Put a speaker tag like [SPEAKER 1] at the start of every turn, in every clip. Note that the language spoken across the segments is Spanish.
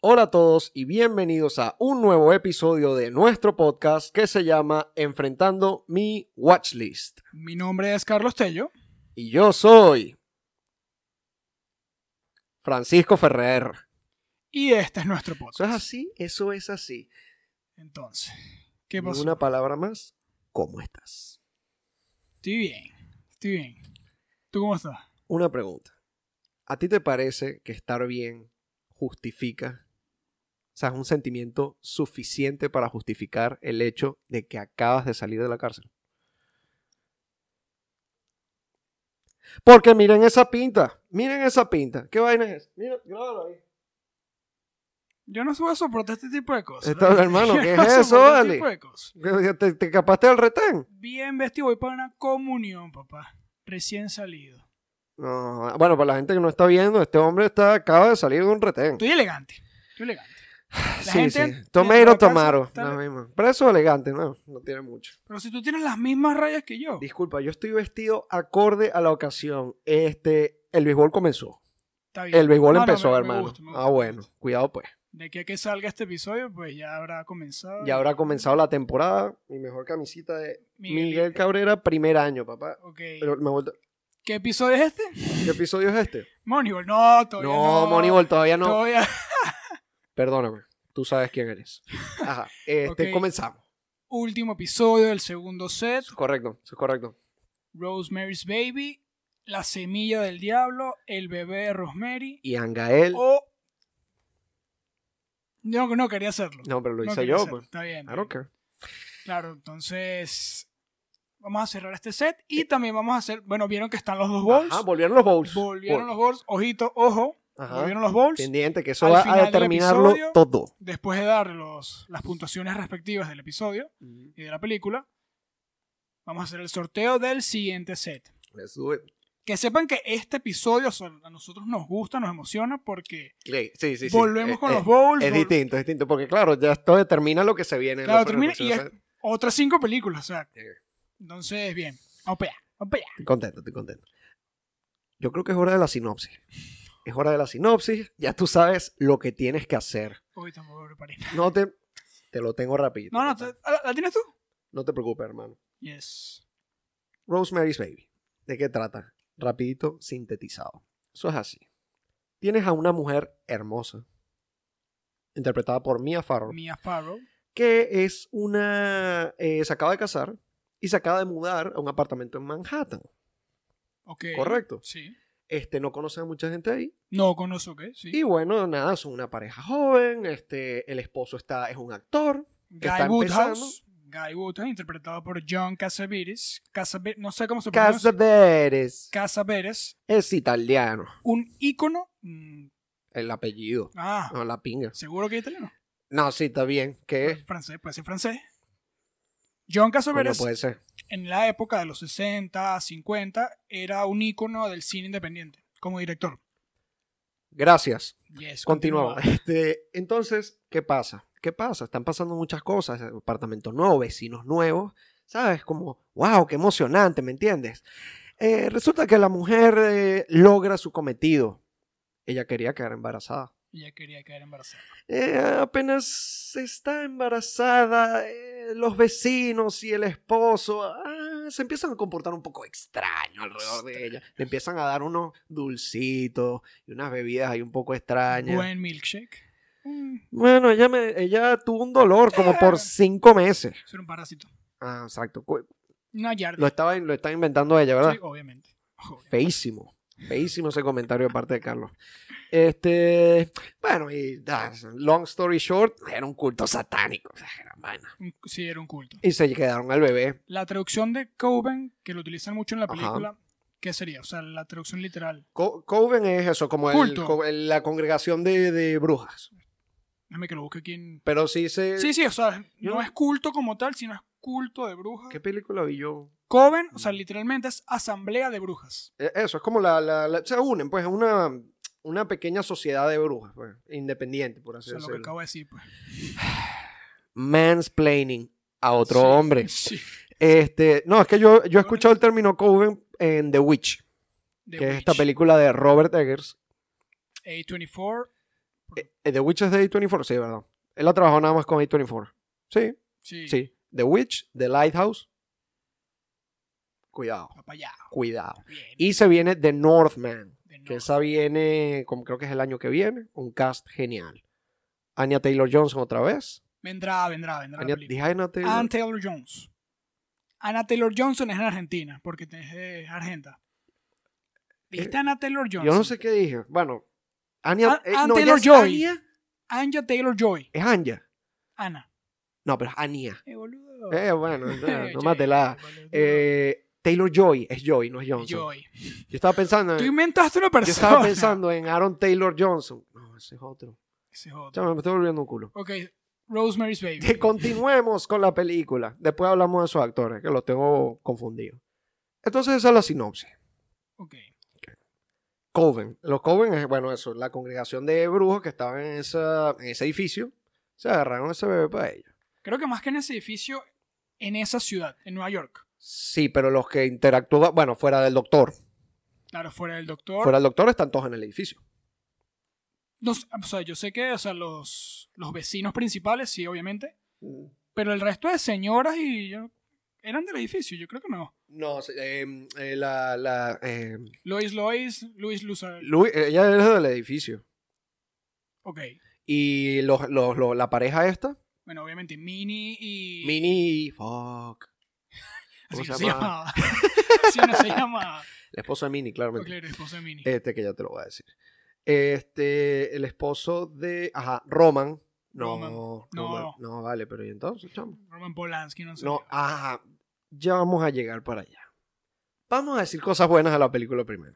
[SPEAKER 1] Hola a todos y bienvenidos a un nuevo episodio de nuestro podcast que se llama Enfrentando mi Watchlist.
[SPEAKER 2] Mi nombre es Carlos Tello.
[SPEAKER 1] Y yo soy Francisco Ferrer.
[SPEAKER 2] Y este es nuestro podcast.
[SPEAKER 1] ¿Eso es así? Eso es así.
[SPEAKER 2] Entonces, ¿qué pasó?
[SPEAKER 1] Una palabra más. ¿Cómo estás?
[SPEAKER 2] Estoy bien, estoy bien. ¿Tú cómo estás?
[SPEAKER 1] Una pregunta. ¿A ti te parece que estar bien justifica o sea, es un sentimiento suficiente para justificar el hecho de que acabas de salir de la cárcel. Porque miren esa pinta, miren esa pinta. ¿Qué vaina es? Mira, grábalo ahí.
[SPEAKER 2] Yo no subo a soportar este tipo de cosas.
[SPEAKER 1] Está,
[SPEAKER 2] ¿verdad?
[SPEAKER 1] hermano,
[SPEAKER 2] Yo
[SPEAKER 1] ¿qué
[SPEAKER 2] no
[SPEAKER 1] es
[SPEAKER 2] soporto
[SPEAKER 1] eso,
[SPEAKER 2] este
[SPEAKER 1] vale?
[SPEAKER 2] tipo de cosas.
[SPEAKER 1] ¿Te, te escapaste del retén?
[SPEAKER 2] Bien vestido, voy para una comunión, papá. Recién salido.
[SPEAKER 1] No, bueno, para la gente que no está viendo, este hombre está, acaba de salir de un retén.
[SPEAKER 2] Estoy elegante, estoy elegante. la
[SPEAKER 1] sí,
[SPEAKER 2] gente
[SPEAKER 1] sí.
[SPEAKER 2] dentro de
[SPEAKER 1] Tomero,
[SPEAKER 2] la casa
[SPEAKER 1] Tomaro.
[SPEAKER 2] está-
[SPEAKER 1] La misma. Preso elegante, no, no tiene mucho.
[SPEAKER 2] Pero si tú tienes las mismas rayas que yo.
[SPEAKER 1] Disculpa, yo estoy vestido acorde a la ocasión. Este, el béisbol comenzó.
[SPEAKER 2] Está bien.
[SPEAKER 1] El béisbol
[SPEAKER 2] No, no,
[SPEAKER 1] empezó,
[SPEAKER 2] me- me
[SPEAKER 1] hermano.
[SPEAKER 2] gusta, me gusta.
[SPEAKER 1] ah, bueno, cuidado pues.
[SPEAKER 2] De aquí a que salga este episodio, pues ya habrá comenzado.
[SPEAKER 1] Ya habrá comenzado la temporada. Mi mejor camisita de
[SPEAKER 2] Miguel-
[SPEAKER 1] Miguel Cabrera, primer año, papá.
[SPEAKER 2] Ok.
[SPEAKER 1] Pero me vuelto-
[SPEAKER 2] ¿Qué episodio es este?
[SPEAKER 1] ¿Qué episodio es este?
[SPEAKER 2] Moneyball. No, todavía no.
[SPEAKER 1] No, Moneyball, todavía no.
[SPEAKER 2] Todavía
[SPEAKER 1] Perdóname, tú sabes quién eres. Ajá, este,
[SPEAKER 2] Ok.
[SPEAKER 1] comenzamos.
[SPEAKER 2] último episodio del segundo set,
[SPEAKER 1] Eso es correcto, eso es correcto.
[SPEAKER 2] Rosemary's Baby, La Semilla del Diablo, El Bebé de Rosemary,
[SPEAKER 1] Y Angael,
[SPEAKER 2] o... No, no quería hacerlo.
[SPEAKER 1] no, pero lo
[SPEAKER 2] No
[SPEAKER 1] hice
[SPEAKER 2] quería
[SPEAKER 1] yo,
[SPEAKER 2] hacerlo.
[SPEAKER 1] pues.
[SPEAKER 2] Está bien.
[SPEAKER 1] I don't care.
[SPEAKER 2] Claro, entonces vamos a cerrar este set y también vamos a hacer... Bueno, vieron que están los dos bowls.
[SPEAKER 1] Ajá, volvieron los bowls.
[SPEAKER 2] volvieron
[SPEAKER 1] Bowl.
[SPEAKER 2] los bowls. Ojito, ojo.
[SPEAKER 1] Ajá.
[SPEAKER 2] Volvieron los bowls.
[SPEAKER 1] Pendiente, que eso
[SPEAKER 2] Al
[SPEAKER 1] va
[SPEAKER 2] final
[SPEAKER 1] a
[SPEAKER 2] del
[SPEAKER 1] determinarlo
[SPEAKER 2] episodio-
[SPEAKER 1] todo.
[SPEAKER 2] Después de dar los- las puntuaciones respectivas del episodio y de la película, vamos a hacer el sorteo del siguiente set.
[SPEAKER 1] Let's do it.
[SPEAKER 2] Que sepan que este episodio o sea, a nosotros nos gusta, nos emociona porque
[SPEAKER 1] Sí, sí, sí. sí.
[SPEAKER 2] volvemos
[SPEAKER 1] Eh,
[SPEAKER 2] con
[SPEAKER 1] eh,
[SPEAKER 2] los bowls.
[SPEAKER 1] Es
[SPEAKER 2] vol-
[SPEAKER 1] distinto, es distinto, porque claro, ya esto determina lo que se viene. en
[SPEAKER 2] Claro,
[SPEAKER 1] la
[SPEAKER 2] termina y
[SPEAKER 1] producción,
[SPEAKER 2] es otras cinco películas. O sea,
[SPEAKER 1] Sí.
[SPEAKER 2] entonces, bien. Vamos para allá, vamos para allá.
[SPEAKER 1] Estoy contento, estoy contento. Yo creo que es hora de la sinopsis. Es hora de la sinopsis. Ya tú sabes lo que tienes que hacer.
[SPEAKER 2] Uy, tampoco me preparé.
[SPEAKER 1] No te... Te lo tengo rápido.
[SPEAKER 2] No, no, te- ¿la, la tienes tú?
[SPEAKER 1] No te preocupes, hermano.
[SPEAKER 2] Yes.
[SPEAKER 1] Rosemary's Baby. ¿De qué trata? Rapidito, sintetizado. Eso es así. Tienes a una mujer hermosa, interpretada por Mia Farrow,
[SPEAKER 2] Mia Farrow.
[SPEAKER 1] que es una... eh, se acaba de casar y se acaba de mudar a un apartamento en Manhattan.
[SPEAKER 2] Ok.
[SPEAKER 1] Correcto.
[SPEAKER 2] Sí.
[SPEAKER 1] Este, no conoce a mucha gente ahí.
[SPEAKER 2] No conozco, ¿qué? Sí.
[SPEAKER 1] Y bueno, nada, son una pareja joven, este, el esposo está, es un actor, que
[SPEAKER 2] Guy
[SPEAKER 1] está
[SPEAKER 2] Woodhouse. Guy Woodhouse, interpretado por John Casavetes. Casabe- no sé cómo se pronuncia.
[SPEAKER 1] Casaveres,
[SPEAKER 2] Casavetes.
[SPEAKER 1] es italiano,
[SPEAKER 2] Un ícono. mm,
[SPEAKER 1] el apellido,
[SPEAKER 2] Ah,
[SPEAKER 1] no la pinga.
[SPEAKER 2] seguro que es italiano.
[SPEAKER 1] No, sí, está bien, que
[SPEAKER 2] Pues, francés, puede ser francés. John
[SPEAKER 1] bueno, Pues
[SPEAKER 2] Casavetes,
[SPEAKER 1] puede ser.
[SPEAKER 2] en la época de los 60, 50, era un ícono del cine independiente como director.
[SPEAKER 1] Gracias.
[SPEAKER 2] Yes,
[SPEAKER 1] Continuamos.
[SPEAKER 2] continúa.
[SPEAKER 1] Este, entonces, ¿qué pasa? ¿Qué pasa? Están pasando muchas cosas, apartamento nuevo, vecinos nuevos, ¿sabes? Como, wow, qué emocionante, ¿me entiendes? Eh, resulta que la mujer eh, logra su cometido. Ella quería quedar embarazada.
[SPEAKER 2] Ella quería quedar embarazada.
[SPEAKER 1] Eh, apenas está embarazada, eh, los vecinos y el esposo ah, se empiezan a comportar un poco extraño alrededor de ella. Le empiezan a dar unos dulcitos y unas bebidas ahí un poco extrañas. Bueno,
[SPEAKER 2] Buen milkshake. Mm,
[SPEAKER 1] ella, me, ella tuvo un dolor como
[SPEAKER 2] Eh.
[SPEAKER 1] por cinco meses.
[SPEAKER 2] eso era un parásito.
[SPEAKER 1] Ah, exacto. Cu-
[SPEAKER 2] Una
[SPEAKER 1] Lo
[SPEAKER 2] yarda.
[SPEAKER 1] estaba, lo estaba inventando ella, ¿verdad?
[SPEAKER 2] Sí, obviamente. Obvio.
[SPEAKER 1] Feísimo. Feísimo ese comentario de parte de Carlos. Este, bueno, y ah, long story short, era un culto satánico. O sea, era vaina.
[SPEAKER 2] Un- Sí, era un culto.
[SPEAKER 1] Y se quedaron al bebé.
[SPEAKER 2] La traducción de Coven, que lo utilizan mucho en la
[SPEAKER 1] Ajá.
[SPEAKER 2] película, ¿qué sería? O sea, la traducción literal.
[SPEAKER 1] Co- Coven es eso, como el-
[SPEAKER 2] Culto.
[SPEAKER 1] co- el- la congregación de, de brujas.
[SPEAKER 2] Déjame que lo busque aquí en...
[SPEAKER 1] Pero sí se...
[SPEAKER 2] Sí, sí, o sea,
[SPEAKER 1] Eh, yo
[SPEAKER 2] no
[SPEAKER 1] no-
[SPEAKER 2] es culto como tal, sino es culto de brujas.
[SPEAKER 1] ¿Qué película vi yo?
[SPEAKER 2] Coven, o sea, literalmente es asamblea de brujas.
[SPEAKER 1] Eh, Eso, es como la... la- la- se unen, pues, es una, una pequeña sociedad de brujas, pues, independiente, por así
[SPEAKER 2] Eso es lo que
[SPEAKER 1] decirlo.
[SPEAKER 2] acabo de decir, pues.
[SPEAKER 1] Mansplaining a otro
[SPEAKER 2] Sí,
[SPEAKER 1] hombre.
[SPEAKER 2] Sí.
[SPEAKER 1] Este, no, es que yo, yo he escuchado el término Coven en The Witch,
[SPEAKER 2] The
[SPEAKER 1] que
[SPEAKER 2] Witch.
[SPEAKER 1] es esta película de Robert Eggers.
[SPEAKER 2] A24, Porque-
[SPEAKER 1] Eh, The Witch es de A24, sí, verdad. Él ha trabajado nada más con A24. Sí,
[SPEAKER 2] sí,
[SPEAKER 1] sí. The Witch, The Lighthouse. Cuidado,
[SPEAKER 2] va para allá.
[SPEAKER 1] cuidado.
[SPEAKER 2] Bien.
[SPEAKER 1] Y se viene The Northman,
[SPEAKER 2] De
[SPEAKER 1] que
[SPEAKER 2] nuevo.
[SPEAKER 1] esa viene, como creo que es el año que viene, un cast genial. Anya Taylor Johnson otra vez.
[SPEAKER 2] Vendrá, vendrá, vendrá. la
[SPEAKER 1] Anya,
[SPEAKER 2] película.
[SPEAKER 1] dije Anya Taylor.
[SPEAKER 2] Ann Taylor Jones. Anna Taylor Johnson es en Argentina, porque es de Argenta. ¿Viste
[SPEAKER 1] Eh,
[SPEAKER 2] Anna Taylor Johnson?
[SPEAKER 1] Yo no sé qué dije. Bueno, Anya,
[SPEAKER 2] An-
[SPEAKER 1] eh,
[SPEAKER 2] Ann
[SPEAKER 1] no, ella
[SPEAKER 2] Taylor
[SPEAKER 1] es
[SPEAKER 2] Joy.
[SPEAKER 1] Anya.
[SPEAKER 2] Anja Taylor Joy.
[SPEAKER 1] Es Anya.
[SPEAKER 2] Ana.
[SPEAKER 1] No, pero es Anya.
[SPEAKER 2] Eh, boludo.
[SPEAKER 1] Eh, bueno, no,
[SPEAKER 2] Eh,
[SPEAKER 1] no más de la.
[SPEAKER 2] boludo.
[SPEAKER 1] Eh, Taylor Joy es Joy, no es Johnson.
[SPEAKER 2] Joy.
[SPEAKER 1] Yo estaba pensando
[SPEAKER 2] Tú
[SPEAKER 1] en,
[SPEAKER 2] inventaste una persona.
[SPEAKER 1] yo estaba pensando en Aaron Taylor Johnson. No, ese es otro.
[SPEAKER 2] Ese es otro.
[SPEAKER 1] Ya me estoy volviendo un culo.
[SPEAKER 2] Ok, Rosemary's Baby.
[SPEAKER 1] Que continuemos con la película. Después hablamos de sus actores, que los tengo confundidos. Entonces esa es la sinopsis.
[SPEAKER 2] Ok.
[SPEAKER 1] Coven. Los Coven es, bueno, eso, la congregación de brujos que estaban en, esa, en ese edificio, se agarraron ese bebé para ellos.
[SPEAKER 2] Creo que más que en ese edificio, en esa ciudad, en Nueva York.
[SPEAKER 1] Sí, pero los que interactúan, bueno, fuera del doctor.
[SPEAKER 2] Claro, fuera del doctor.
[SPEAKER 1] Fuera del doctor están todos en el edificio.
[SPEAKER 2] No sé, o sea, yo sé que o sea, los, los vecinos principales, sí, obviamente. Pero el resto de señoras y yo, eran del edificio, yo creo que no.
[SPEAKER 1] No, eh, eh, la, la, eh,
[SPEAKER 2] Lois Lois, Luis Luzar.
[SPEAKER 1] Lu- ella es del edificio.
[SPEAKER 2] Ok.
[SPEAKER 1] Y los, los- los- la pareja esta,
[SPEAKER 2] Bueno, obviamente Mini y.
[SPEAKER 1] Mini, fuck.
[SPEAKER 2] Así
[SPEAKER 1] ¿cómo
[SPEAKER 2] no
[SPEAKER 1] se
[SPEAKER 2] se
[SPEAKER 1] llamaba?
[SPEAKER 2] llamaba. Así no se llamaba.
[SPEAKER 1] El esposo de Mini,
[SPEAKER 2] Ok,
[SPEAKER 1] claramente.
[SPEAKER 2] el esposo de Mini.
[SPEAKER 1] Este que ya te lo voy a decir. Este, el esposo de, ajá, Roman. No,
[SPEAKER 2] Roman.
[SPEAKER 1] no,
[SPEAKER 2] No.
[SPEAKER 1] no, vale, pero ¿y entonces, chamo?
[SPEAKER 2] Roman Polanski, no sé.
[SPEAKER 1] No, ajá, ya vamos a llegar para allá. Vamos a decir cosas buenas de la película primero.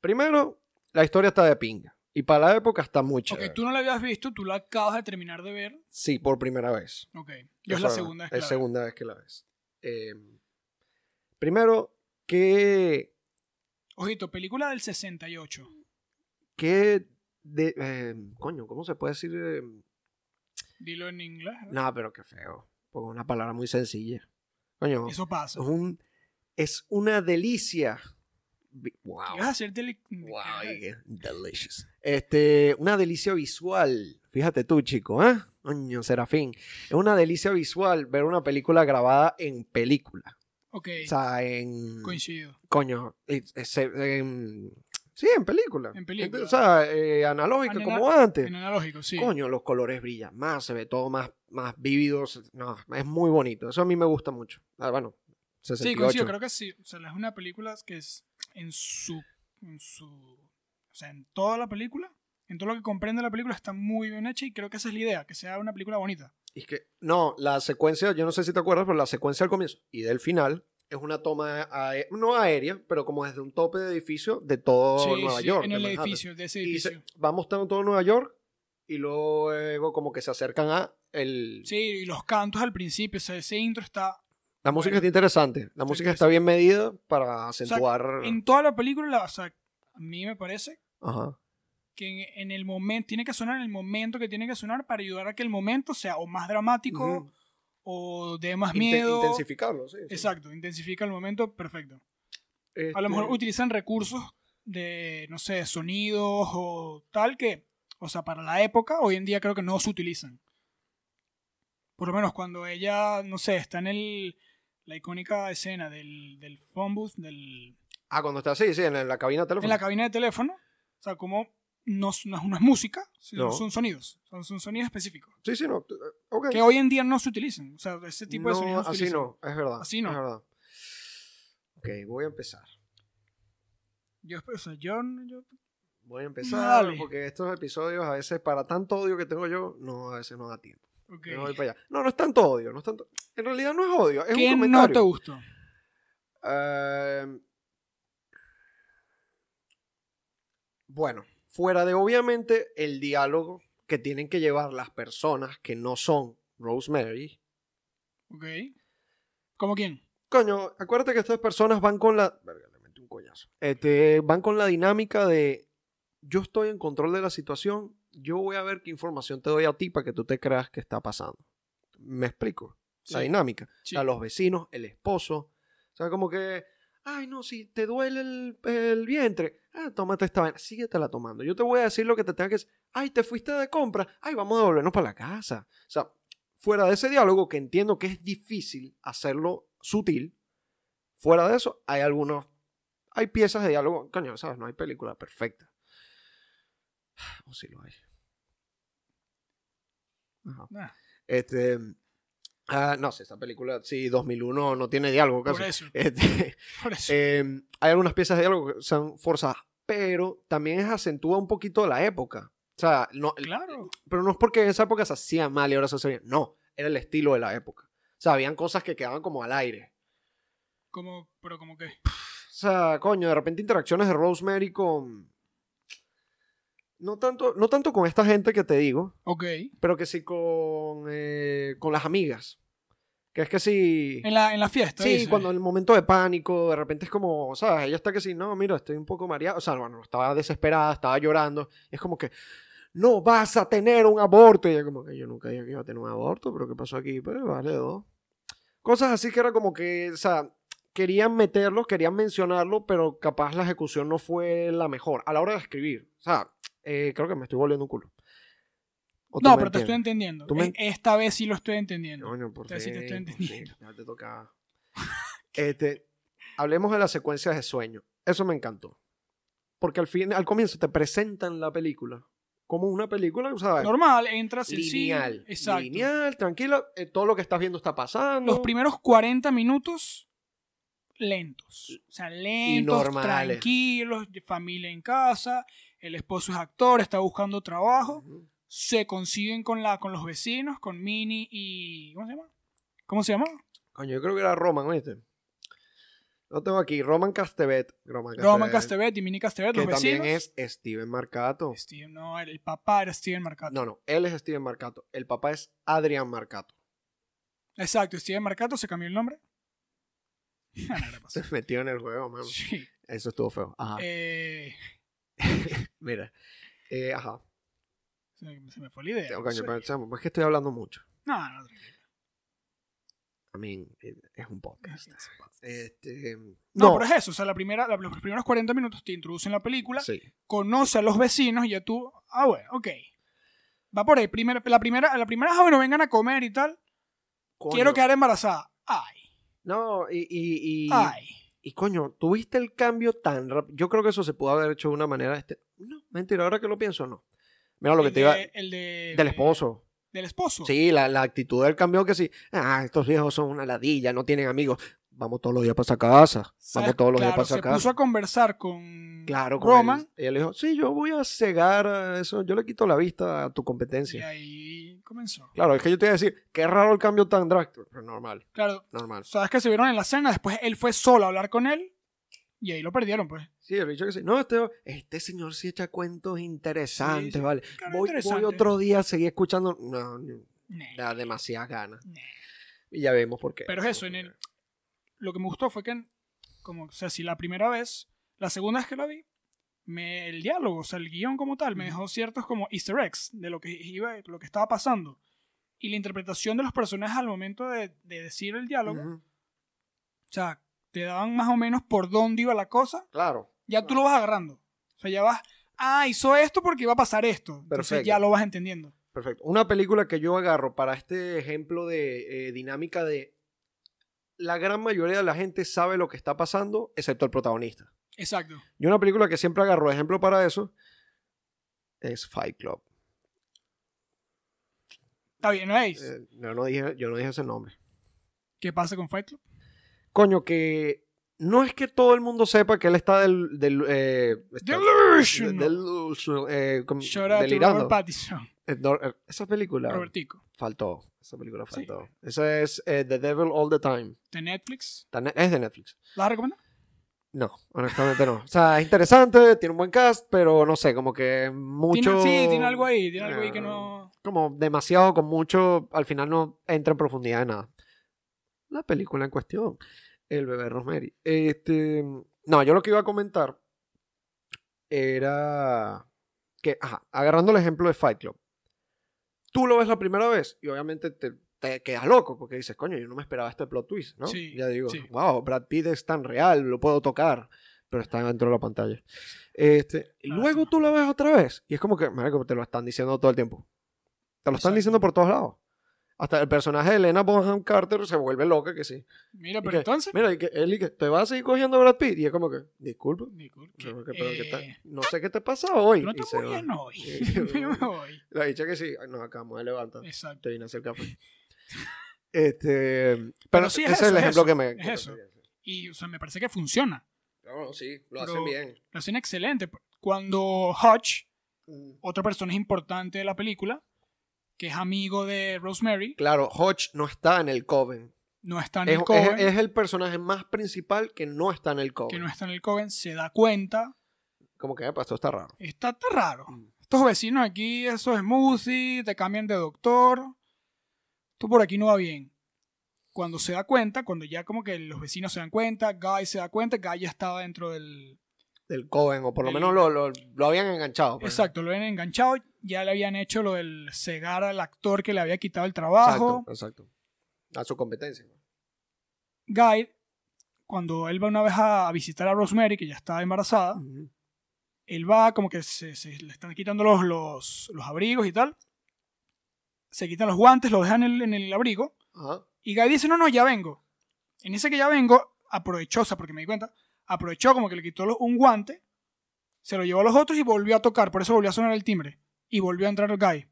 [SPEAKER 1] Primero, la historia está de pinga. Y para la época está muy
[SPEAKER 2] ok,
[SPEAKER 1] chévere.
[SPEAKER 2] tú no la habías visto, tú la acabas de terminar de ver.
[SPEAKER 1] Sí, por primera vez.
[SPEAKER 2] Ok. Yo
[SPEAKER 1] O
[SPEAKER 2] es la
[SPEAKER 1] sea,
[SPEAKER 2] segunda vez que
[SPEAKER 1] Es
[SPEAKER 2] la veo.
[SPEAKER 1] segunda vez que la ves. Eh, primero, ¿qué,
[SPEAKER 2] Ojito, película del 68.
[SPEAKER 1] qué de, eh, coño, ¿cómo se puede decir? eh?
[SPEAKER 2] Dilo en inglés. ¿eh?
[SPEAKER 1] No, pero qué feo. Pongo una palabra muy sencilla. Coño, es,
[SPEAKER 2] Eso pasa.
[SPEAKER 1] un, es una delicia. Vi- Wow.
[SPEAKER 2] Ibas a hacer deli-
[SPEAKER 1] Wow,
[SPEAKER 2] ¿qué?
[SPEAKER 1] y- eh, delicious. Este, una delicia visual. Fíjate tú, chico, ¿eh? Coño, Serafín. Es una delicia visual ver una película grabada en película.
[SPEAKER 2] Ok,
[SPEAKER 1] O sea, en.
[SPEAKER 2] coincido.
[SPEAKER 1] Coño, es- es- en- sí, en película.
[SPEAKER 2] En película.
[SPEAKER 1] O sea, eh, analógica
[SPEAKER 2] Anal-
[SPEAKER 1] como antes.
[SPEAKER 2] En analógico, sí.
[SPEAKER 1] Coño, los colores brillan más, se ve todo más, más vívido. se- No, es muy bonito. Eso a mí me gusta mucho. Ah, bueno,
[SPEAKER 2] Sí,
[SPEAKER 1] 68.
[SPEAKER 2] coincido, creo que sí. O sea, es una película que es en su, en su... O sea, en toda la película, en todo lo que comprende la película, está muy bien hecha y creo que esa es la idea, que sea una película bonita.
[SPEAKER 1] Es que, no, la secuencia, yo no sé si te acuerdas, pero la secuencia del comienzo y del final es una toma, aé- no aérea, pero como desde un tope de edificio de todo
[SPEAKER 2] sí,
[SPEAKER 1] Oh, Nueva
[SPEAKER 2] sí,
[SPEAKER 1] York.
[SPEAKER 2] en
[SPEAKER 1] de
[SPEAKER 2] el
[SPEAKER 1] Manhattan.
[SPEAKER 2] edificio, de ese
[SPEAKER 1] Y se-
[SPEAKER 2] edificio.
[SPEAKER 1] va mostrando todo Nueva York y luego como que se acercan a el...
[SPEAKER 2] Sí, y los cantos al principio, o sea, ese intro está...
[SPEAKER 1] La música
[SPEAKER 2] Bueno.
[SPEAKER 1] está interesante. La música está bien medida para acentuar...
[SPEAKER 2] En toda la película, la- o sea, a mí me parece
[SPEAKER 1] Ajá.
[SPEAKER 2] que en, en el momento, tiene que sonar en el momento que tiene que sonar para ayudar a que el momento sea o más dramático
[SPEAKER 1] Ujú.
[SPEAKER 2] o de más
[SPEAKER 1] Inten-
[SPEAKER 2] miedo.
[SPEAKER 1] Intensificarlo, sí. sí.
[SPEAKER 2] Exacto, intensifica el momento, perfecto. A
[SPEAKER 1] Este,
[SPEAKER 2] lo mejor utilizan recursos de, no sé, sonidos o tal que, o sea, para la época, hoy en día creo que no se utilizan. Por lo menos cuando ella, no sé, está en el, la icónica escena del, del phone booth, del,
[SPEAKER 1] Ah, cuando está así, sí, en la cabina de teléfono.
[SPEAKER 2] en la cabina de teléfono, o sea, como no, es- no es no es música, sino
[SPEAKER 1] No.
[SPEAKER 2] son sonidos, son, son sonidos específicos,
[SPEAKER 1] Sí, sí, no. Ok.
[SPEAKER 2] que hoy en día no se utilizan, o sea, ese tipo de
[SPEAKER 1] No,
[SPEAKER 2] sonidos no se
[SPEAKER 1] así
[SPEAKER 2] utilizan.
[SPEAKER 1] no, es verdad.
[SPEAKER 2] Así no.
[SPEAKER 1] Es verdad. Ok, voy a empezar.
[SPEAKER 2] Yo, o sea, yo, yo-
[SPEAKER 1] Voy a empezar
[SPEAKER 2] Mm, Dale.
[SPEAKER 1] porque estos episodios a veces para tanto odio que tengo yo, no, a veces no da tiempo.
[SPEAKER 2] ok.
[SPEAKER 1] Me voy para allá. No, no es tanto odio, no es tanto... En realidad no es odio, es
[SPEAKER 2] ¿Qué
[SPEAKER 1] un
[SPEAKER 2] no
[SPEAKER 1] comentario.
[SPEAKER 2] te gustó?
[SPEAKER 1] Eh, bueno, fuera de obviamente el diálogo que tienen que llevar las personas que no son Rosemary.
[SPEAKER 2] Ok. ¿Cómo quién?
[SPEAKER 1] Coño, acuérdate que estas personas van con la. Verga, le metí un coñazo. Este, van con la dinámica de. Yo estoy en control de la situación. Yo voy a ver qué información te doy a ti para que tú te creas que está pasando. Me explico. La
[SPEAKER 2] Sí.
[SPEAKER 1] dinámica.
[SPEAKER 2] Sí.
[SPEAKER 1] O sea, los vecinos, el esposo. O sea, como que, ay, no, si te duele el, el vientre, ah, tómate esta vaina, síguetela tomando. Yo te voy a decir lo que te tenga que decir. ay, te fuiste de compra, ay, vamos a volvernos para la casa. O sea, fuera de ese diálogo, que entiendo que es difícil hacerlo sutil, fuera de eso, hay algunos, hay piezas de diálogo, coño, sabes, no hay película perfecta. O si lo hay. Ajá.
[SPEAKER 2] Nah,
[SPEAKER 1] Este, ah, no sé, esta película, sí, 2001 no tiene diálogo
[SPEAKER 2] por
[SPEAKER 1] casi.
[SPEAKER 2] eso,
[SPEAKER 1] Este,
[SPEAKER 2] por eso.
[SPEAKER 1] Eh, hay algunas piezas de diálogo que son forzadas, pero también acentúa un poquito la época. O sea, no,
[SPEAKER 2] claro.
[SPEAKER 1] pero no es porque en esa época se hacía mal y ahora se hace bien. No, era el estilo de la época. O sea, habían cosas que quedaban como al aire.
[SPEAKER 2] Como, pero como que.
[SPEAKER 1] O sea, coño, de repente interacciones de Rosemary con... No tanto, no tanto con esta gente que te digo,
[SPEAKER 2] Ok.
[SPEAKER 1] pero que sí con, eh, con las amigas. Que es que sí...
[SPEAKER 2] En la, en la fiesta.
[SPEAKER 1] Sí,
[SPEAKER 2] dice.
[SPEAKER 1] cuando en el momento de pánico, de repente es como, ¿sabes? Ella está que sí, no, mira, estoy un poco mareada. O sea, bueno, estaba desesperada, estaba llorando. Y es como que, no vas a tener un aborto. Y ella como que yo nunca dije que iba a tener un aborto, pero ¿qué pasó aquí? Pues vale, dos. Cosas así que era como que, o sea, querían meterlo, querían mencionarlo, pero capaz la ejecución no fue la mejor a la hora de escribir. O sea, eh, creo que me estoy volviendo un culo. ¿O tú
[SPEAKER 2] No,
[SPEAKER 1] me
[SPEAKER 2] pero te estoy
[SPEAKER 1] entiendes?
[SPEAKER 2] entendiendo.
[SPEAKER 1] Tú me-
[SPEAKER 2] E- Esta vez sí lo estoy entendiendo.
[SPEAKER 1] Coño, por
[SPEAKER 2] Te- sí te
[SPEAKER 1] fin, por
[SPEAKER 2] estoy
[SPEAKER 1] fin,
[SPEAKER 2] entendiendo.
[SPEAKER 1] ya te tocaba. Este, hablemos de las secuencias de sueño. Eso me encantó. Porque al fin, al comienzo te presentan la película como una película, ¿sabes?
[SPEAKER 2] Normal, entras en sí.
[SPEAKER 1] lineal.
[SPEAKER 2] Exacto.
[SPEAKER 1] Lineal, tranquila. eh, todo lo que estás viendo está pasando.
[SPEAKER 2] Los primeros 40 minutos lentos. O sea, lentos,
[SPEAKER 1] normales.
[SPEAKER 2] tranquilos, familia en casa, el esposo es actor, está buscando trabajo,
[SPEAKER 1] Ujú.
[SPEAKER 2] se consiguen con, la, con los vecinos, con Mini y... ¿Cómo se llama? ¿Cómo se llama?
[SPEAKER 1] Coño, yo creo que era Roman, ¿oíste? Lo tengo aquí, Roman Castevet. Roman Castevet.
[SPEAKER 2] Roman Castevet y Mini Castevet,
[SPEAKER 1] Que
[SPEAKER 2] los vecinos.
[SPEAKER 1] también es Steven Marcato.
[SPEAKER 2] Steven, no, el, el papá era Steven Marcato.
[SPEAKER 1] No, no, él es Steven Marcato. El papá es Adrián Marcato.
[SPEAKER 2] Exacto, Steven Marcato se cambió el nombre. Ah, no, no pasa.
[SPEAKER 1] Se metió en el juego, mano.
[SPEAKER 2] Sí.
[SPEAKER 1] Eso estuvo feo. Ajá.
[SPEAKER 2] Eh,
[SPEAKER 1] Mira. Eh, ajá.
[SPEAKER 2] se, me, se me fue la idea.
[SPEAKER 1] Tengo
[SPEAKER 2] no
[SPEAKER 1] coño,
[SPEAKER 2] sé.
[SPEAKER 1] pero, chamo, es que estoy hablando mucho.
[SPEAKER 2] No, no, tranquilo.
[SPEAKER 1] A mí eh, es un podcast.
[SPEAKER 2] No,
[SPEAKER 1] Este, no,
[SPEAKER 2] pero es eso. O sea, la primera, la- los primeros 40 minutos te introducen la película,
[SPEAKER 1] sí.
[SPEAKER 2] conoce a los vecinos y ya tú. Ah, bueno, ok. Va por ahí. Primera, la primera, la primera, ah, bueno, vengan a comer y tal.
[SPEAKER 1] Coño,
[SPEAKER 2] Quiero quedar embarazada. Ay,
[SPEAKER 1] No, y, y, y,
[SPEAKER 2] ay.
[SPEAKER 1] y coño, tuviste el cambio tan rápido. Yo creo que eso se pudo haber hecho de una manera. Este... No, mentira, ahora que lo pienso, no. Mira lo que
[SPEAKER 2] El
[SPEAKER 1] te iba.
[SPEAKER 2] de- el de-
[SPEAKER 1] Del esposo.
[SPEAKER 2] Del esposo.
[SPEAKER 1] Sí, la, la actitud del cambio que sí. Ah, estos viejos son una ladilla, no tienen amigos. Vamos todos los días para esa casa.
[SPEAKER 2] ¿Sabes?
[SPEAKER 1] Vamos todos los días
[SPEAKER 2] Claro,
[SPEAKER 1] para esa
[SPEAKER 2] se
[SPEAKER 1] casa.
[SPEAKER 2] puso a conversar con
[SPEAKER 1] Claro, con
[SPEAKER 2] Roman.
[SPEAKER 1] él. Ella le dijo, sí, yo voy a cegar a eso, yo le quito la vista a tu
[SPEAKER 2] Y
[SPEAKER 1] competencia.
[SPEAKER 2] ahí comenzó.
[SPEAKER 1] Claro, es que yo te iba a decir, qué raro el cambio tan drástico. Pero normal,
[SPEAKER 2] Claro,
[SPEAKER 1] normal.
[SPEAKER 2] sabes que se vieron en la cena, después él fue solo a hablar con él y ahí lo perdieron, pues.
[SPEAKER 1] Sí, el bicho que sí. No, este, este señor sí echa cuentos interesantes,
[SPEAKER 2] Sí, sí.
[SPEAKER 1] ¿vale?
[SPEAKER 2] Claro,
[SPEAKER 1] Voy, voy
[SPEAKER 2] interesante.
[SPEAKER 1] otro día a seguir escuchando. No, no,
[SPEAKER 2] Nah,
[SPEAKER 1] da demasiadas ganas.
[SPEAKER 2] nah.
[SPEAKER 1] Y ya vemos por qué.
[SPEAKER 2] Pero es eso, en
[SPEAKER 1] eh.
[SPEAKER 2] el- Lo que me gustó fue que, como, o sea, si la primera vez, la segunda vez que la vi, me, el diálogo, o sea, el guión como tal, me
[SPEAKER 1] Ujú.
[SPEAKER 2] dejó ciertos como easter eggs de lo que, iba, lo que estaba pasando. Y la interpretación de los personajes al momento de, de decir el diálogo,
[SPEAKER 1] Ujú,
[SPEAKER 2] o sea, te daban más o menos por dónde iba la cosa
[SPEAKER 1] Claro.
[SPEAKER 2] ya tú lo vas agarrando. O sea, ya vas, ah, hizo esto porque iba a pasar esto. Entonces
[SPEAKER 1] Perfecto.
[SPEAKER 2] ya lo vas entendiendo.
[SPEAKER 1] Perfecto. Una película que yo agarro para este ejemplo de eh, dinámica de la gran mayoría de la gente sabe lo que está pasando, excepto el protagonista.
[SPEAKER 2] Exacto.
[SPEAKER 1] Y una película que siempre agarro de ejemplo para eso es Fight Club.
[SPEAKER 2] Está bien, ¿no es?
[SPEAKER 1] Eh, no, no dije, yo no dije ese nombre.
[SPEAKER 2] ¿Qué pasa con Fight Club?
[SPEAKER 1] Coño, que no es que todo el mundo sepa que él está del... del eh, está-
[SPEAKER 2] Delusion.
[SPEAKER 1] delusional, eh, como-
[SPEAKER 2] Shout out to
[SPEAKER 1] delirando.
[SPEAKER 2] Robert Pattinson.
[SPEAKER 1] Eh, no, eh, esa película
[SPEAKER 2] Robertico.
[SPEAKER 1] faltó. Esa película
[SPEAKER 2] Sí.
[SPEAKER 1] faltó. Esa es eh, The Devil All the Time.
[SPEAKER 2] De Netflix.
[SPEAKER 1] Está ne- Es de Netflix.
[SPEAKER 2] ¿La recomiendas?
[SPEAKER 1] No, honestamente no. O sea, es interesante, tiene un buen cast, pero no sé, como que mucho. Eh,
[SPEAKER 2] Tiene- sí, tiene algo ahí. Tiene algo ahí que no...
[SPEAKER 1] Como demasiado, con mucho, al final no entra en profundidad en nada. La película en cuestión, El bebé Rosemary. Este, no, yo lo que iba a comentar era que, ajá, agarrando el ejemplo de Fight Club, tú lo ves la primera vez y obviamente te, te quedas loco porque dices, coño, yo no me esperaba este plot twist, ¿no?
[SPEAKER 2] Sí,
[SPEAKER 1] ya digo,
[SPEAKER 2] sí.
[SPEAKER 1] wow, Brad Pitt es tan real, lo puedo tocar. pero está dentro de la pantalla. Este, y
[SPEAKER 2] Ah,
[SPEAKER 1] luego
[SPEAKER 2] sí.
[SPEAKER 1] tú la ves otra vez y es como que, marico, te lo están diciendo todo el tiempo. Te lo están
[SPEAKER 2] Exacto.
[SPEAKER 1] diciendo por todos lados. Hasta el personaje de Elena Bonham Carter se vuelve loca que sí.
[SPEAKER 2] Mira,
[SPEAKER 1] ¿Y
[SPEAKER 2] pero
[SPEAKER 1] qué?
[SPEAKER 2] entonces.
[SPEAKER 1] Mira, y que él y que te vas a seguir cogiendo a Brad Pitt y es como que, disculpa,
[SPEAKER 2] Nicole, que,
[SPEAKER 1] pero que- pero que
[SPEAKER 2] eh,
[SPEAKER 1] te- no sé qué te pasa hoy.
[SPEAKER 2] tú no
[SPEAKER 1] Y
[SPEAKER 2] te
[SPEAKER 1] se va.
[SPEAKER 2] apoyas, no, hoy.
[SPEAKER 1] Sí,
[SPEAKER 2] Yo me voy.
[SPEAKER 1] La dicha que sí, ay, nos acabamos de levantar.
[SPEAKER 2] Exacto.
[SPEAKER 1] Te vine a hacer café. Este, pero,
[SPEAKER 2] sí es
[SPEAKER 1] ese es el
[SPEAKER 2] eso, es
[SPEAKER 1] ejemplo
[SPEAKER 2] eso,
[SPEAKER 1] que me.
[SPEAKER 2] es eso. Y o sea, me parece que funciona.
[SPEAKER 1] No, sí, lo
[SPEAKER 2] Pero-
[SPEAKER 1] hacen bien.
[SPEAKER 2] Lo hacen excelente. Cuando Hutch,
[SPEAKER 1] Mm.
[SPEAKER 2] otro personaje importante de la película, que es amigo de Rosemary,
[SPEAKER 1] Claro, Hodge no está en el Coven.
[SPEAKER 2] no está en
[SPEAKER 1] Es,
[SPEAKER 2] el Coven,
[SPEAKER 1] es- es el personaje más principal que no está en el Coven.
[SPEAKER 2] que no está en el Coven, se da cuenta.
[SPEAKER 1] Como que, "Epa, esto está raro.
[SPEAKER 2] Está, está raro.
[SPEAKER 1] Mm.
[SPEAKER 2] Estos vecinos aquí, eso es Musi, te cambian de doctor. Tú por aquí no va bien. Cuando se da cuenta, cuando ya como que los vecinos se dan cuenta, Guy se da cuenta, Guy ya estaba dentro del,
[SPEAKER 1] Del Coven, o por lo
[SPEAKER 2] El-
[SPEAKER 1] menos lo, lo- lo habían enganchado. pues.
[SPEAKER 2] Exacto, lo habían enganchado, ya le habían hecho lo del cegar al actor que le había quitado el trabajo.
[SPEAKER 1] Exacto, exacto. A su competencia.
[SPEAKER 2] Guy, cuando él va una vez a, a visitar a Rosemary, que ya está embarazada,
[SPEAKER 1] Ujú.
[SPEAKER 2] él va como que se, se le están quitando los, los, los abrigos y tal. Se quitan los guantes, los dejan en, el- en el abrigo.
[SPEAKER 1] Ajá.
[SPEAKER 2] Y Guy dice, no, no, ya vengo. En ese que ya vengo, aprovechosa, porque me di cuenta, aprovechó como que le quitó lo- un guante, se lo llevó a los otros y volvió a tocar. Por eso volvió a sonar el timbre. Y volvió a entrar el Guy.